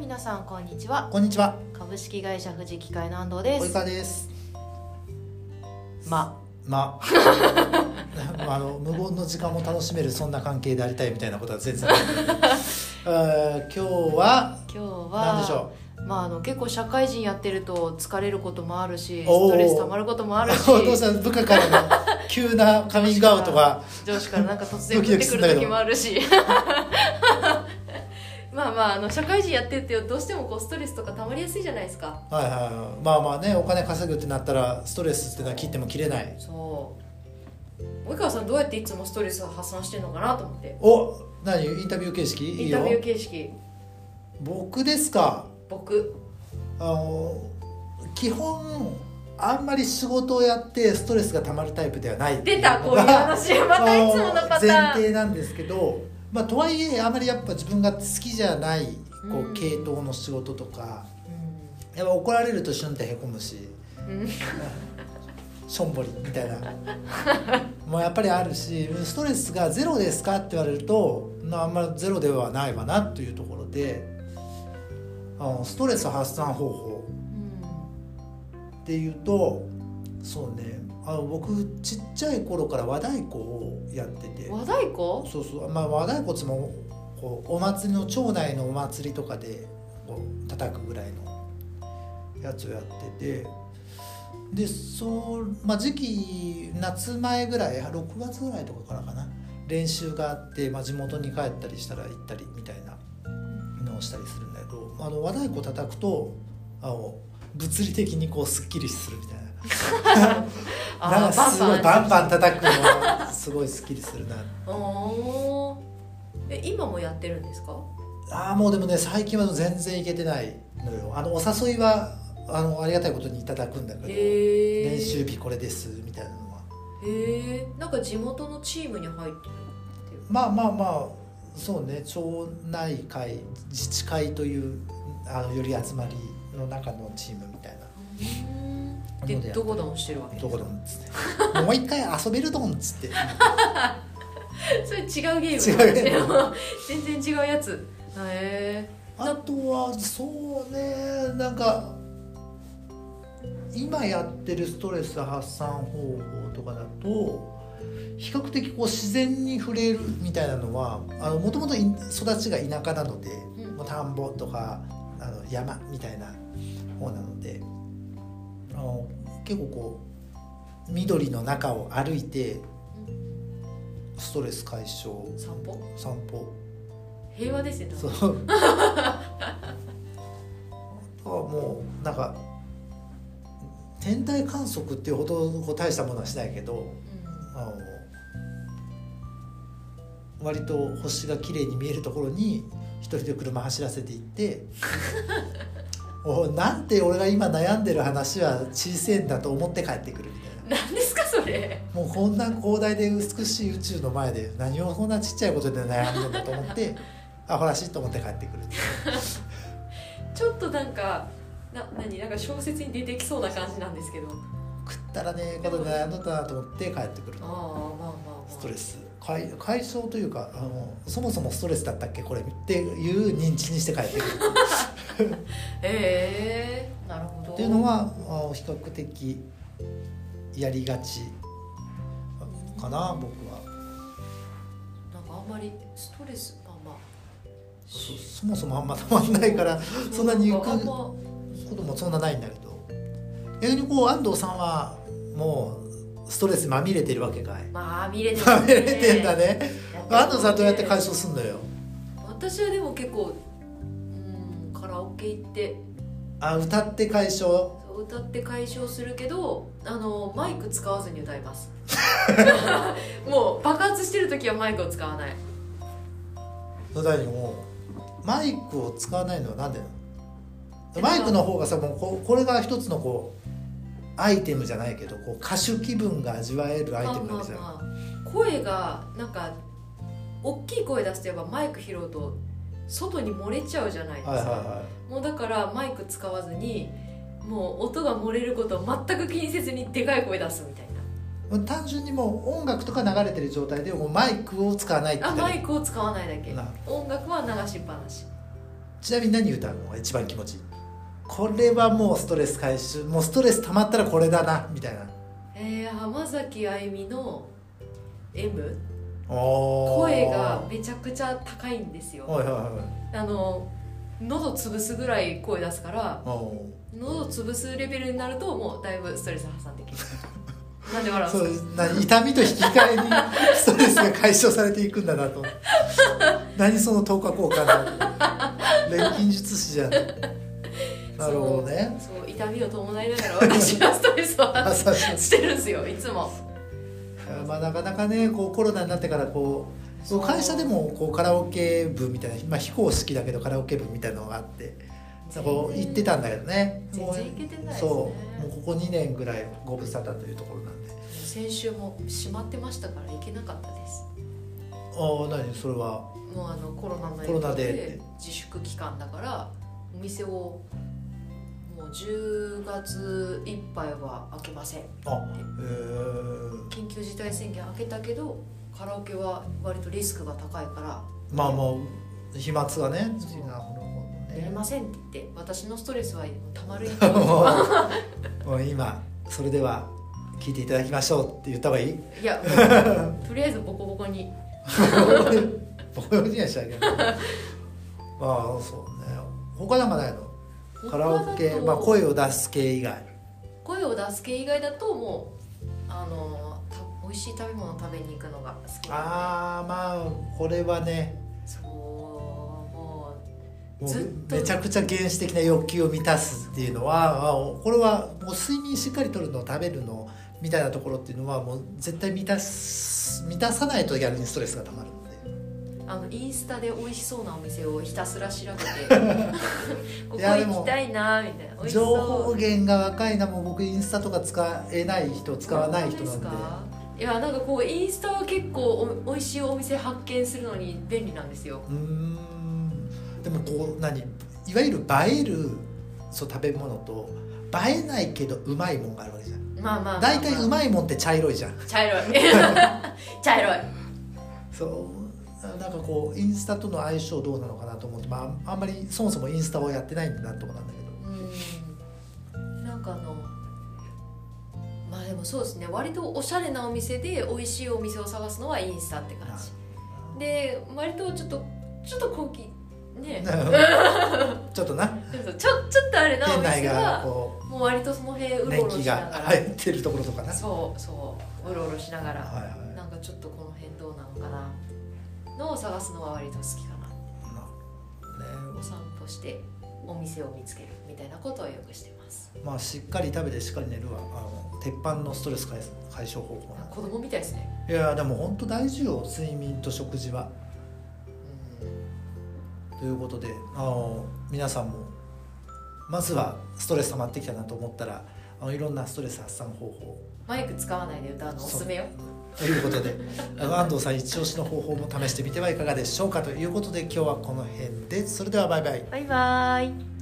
皆さんこんにちはこんにちは、株式会社富士機械の安藤でおいすかです。まま、まあ、 あの無言の時間も楽しめるそんな関係でありたいみたいなことは全然 ないんだけど。あー今日は今日は何でしょまああの結構社会人やってると疲れることもあるしスおートレス溜まることもあるしう。 どうした部下からの急なカミングアウトが、上司からなんか突然ドキ降ってドキくするんだけるど時もあるし まあまああの社会人やってるとどうしてもこうストレスとか溜まりやすいじゃないですかはいはいはい、まあまあね、お金稼ぐってなったらストレスってのは切っても切れない。そう及川さんどうやっていつもストレスを発散してるのかなと思ってお、何インタビュー形式イいいンタよビュー。形式僕ですか。僕あの基本あんまり仕事をやってストレスがたまるタイプではない出たこういう 話またいつものパタ前ーン提なんですけど、まあ、とはいえあまりやっぱ自分が好きじゃないこうんう系統の仕事とか、やっぱ怒られるとシュンってへこむしうんうんしょんぼりみたいなもうやっぱりあるしストレスがゼロですかって言われるとなあんまゼロではないわなというところであのストレス発散方法っていうとそうねあの僕ちっちゃい頃から和太鼓をやっててうん和太鼓そうそう、まあ、和太鼓っつってもこうお祭りの町内のお祭りとかでこう叩くぐらいのやつをやっててでそう、まあ、時期夏前ぐらい6月ぐらいとかからかな練習があって、まあ、地元に帰ったりしたら行ったりみたいなのをしたりするんだけどあの和太鼓叩くとあの物理的にこうすっきりするみたいな。あなんかすごいバンバンバン叩くのはすごいスッキリするなバンおーえ今もやってるんですかああもうでもね最近は全然いけてないのよあのお誘いはあのありがたいことにいただくんだけへどえ練習日これですみたいなのはへえんか地元のチームに入ってるっていうまあまあまあそうね町内会自治会というあのより集まりの中のチームみたいなうんでどこだんしてるわけですどかこどんっつってもう一回遊べるどんっつって それ違うゲーム違うゲーム 全然違うやつへあとはそうねなんか今やってるストレス発散方法とかだと比較的こう自然に触れるみたいなのはもともと育ちが田舎なので、うんもう田んぼとかあの山みたいな方なのであの結構こう緑の中を歩いてストレス解消え散歩散歩平和ですねそうあとはもうなんか天体観測っていうほどこう大したものはしないけどうんあの割と星が綺麗に見えるところに一人で車走らせていっておなんて俺が今悩んでる話は小さいんだと思って帰ってくるみたいな。何ですかそれもうこんな広大で美しい宇宙の前で何をこんなちっちゃいことで悩んでるんだと思ってアホらしいと思って帰ってくるちょっとなんかな何なんか小説に出てきそうな感じなんですけど食ったらねえことで悩んどったなと思って帰ってくるああまあまあまあストレス解解消というかあのそもそもストレスだったっけこれっていう認知にして帰ってくるええなるほどっていうのはあ比較的やりがちかな僕はなんかあんまりストレスまあまあそそもそもあんまたまんないから そんなに行くあんまこともそんなないんだけど逆にこう安藤さんはもうストレスまみれてるわけかいまあ見れてますまねみれてんだねやってますね安藤さんどうやって解消すんのよ私はでも結構うんカラオケ行ってあ歌って解消そう歌って解消するけどあのマイク使わずに歌います もう爆発してる時はマイクを使わないの大臣もマイクを使わないのはなんでなのマイクの方がさもうここれが一つのこうアイテムじゃないけどこう歌手気分が味わえるアイテムなんじゃないまあまあ声がなんか大きい声出すとやっぱマイク拾うと外に漏れちゃうじゃないですか、はいはいはもうだからマイク使わずにもう音が漏れることを全く気にせずにでかい声出すみたいないもう単純にもう音楽とか流れてる状態でもうマイクを使わないってあ言ったマらいイクを使わないだいけな音楽は流しっぱなしちなみに何歌うのが一番気持ちいいこれはもうストレス回収もうストレス溜まったらこれだなみたいなえー、浜崎あゆみの M おー声がめちゃくちゃ高いんですよはいはいはいあの喉潰すぐらい声出すからお喉潰すレベルになるともうだいぶストレス挟んでき ますなんで笑ーうんでそすうかな痛みと引き換えに ストレスが解消されていくんだなと何その10日交換だ錬金術師じゃんなるほどねそう痛みを伴いながら私はストレスをあ発そうそう散してるんですよいつもまあ、なかなかねこうコロナになってからこう会社でもこうカラオケ部みたいな、まあ、非公式だけどカラオケ部みたいなのがあってそこ行ってたんだけどね全もう然行けてないですねそうもうここ2年ぐらいご無沙汰というところなんで先週も閉まってましたから行けなかったですああ何それはもうあのコロナのコロ影ナ響でで自粛期間だからお店をもう10月いっぱいは開けませんあえー、緊急事態宣言開けたけどカラオケは割とリスクが高いからまあまあ飛沫がねそうなるほど出れねませんって言って私のストレスはたまる一方 もうもう今それでは聞いていただきましょうって言った方がい いいやもうとりあえずボコボコに僕のにはしてあげるまあそうね他なんかないのカラオケ他だ、とまあ、声を出す系以外声を出す系以外だともうあのた美味しい食べ物を食べに行くのが好きなんああまあこれはねでそうももうずっとめちゃくちゃ原始的な欲求を満たすっていうのはあこれはもう睡眠しっかりとるの食べるのみたいなところっていうのはもう絶対満たす満たさないと逆にストレスがたまるんうあのインスタで美味しそうなお店をひたすら調べて ここいやで行もきたいなみたいな美で味し情そ報う源が若いなもう僕インスタとか使えない人使わない人なんで本当ですかいやなんかこうインスタは結構お美味しいお店発見するのに便利なんですようーんでもこう何いわゆる映えるそう食べ物と映えないけどうまいもんがあるわけじゃんまあまあまあ、まあ、大体うまいもんって茶色いじゃん茶色い 茶色いそうなんかこうインスタとの相性どうなのかなと思って、まあ、あんまりそもそもインスタをやってないんだなと思なんだけどうんなんかあのまあでもそうですね割とおしゃれなお店で美味しいお店を探すのはインスタって感じで割とちょっとちょっと高級ね ちょっとなちょっとちょっとあれなお店内店がはこもう割とその辺ううろ年うろ季しなががら、入ってるところとかなはいそうそううろうろしながらはいなんかちょっとこの辺どうなのかなのを探すのは割と好きかなお散歩してお店を見つけるみたいなことをよくしてますねまあしっかり食べてしっかり寝るはあの鉄板のストレス解解消方法なん子供みたいですねでいやでも本当大事よ睡眠と食事はうんということであの皆さんもまずはストレス溜まってきたなと思ったらあのいろんなストレス発散方法マイク使わないで歌うのおすすめよということで あの安藤さん一押しの方法も試してみてはいかがでしょうかということで今日はこの辺でそれではバイバイ。バイバーイ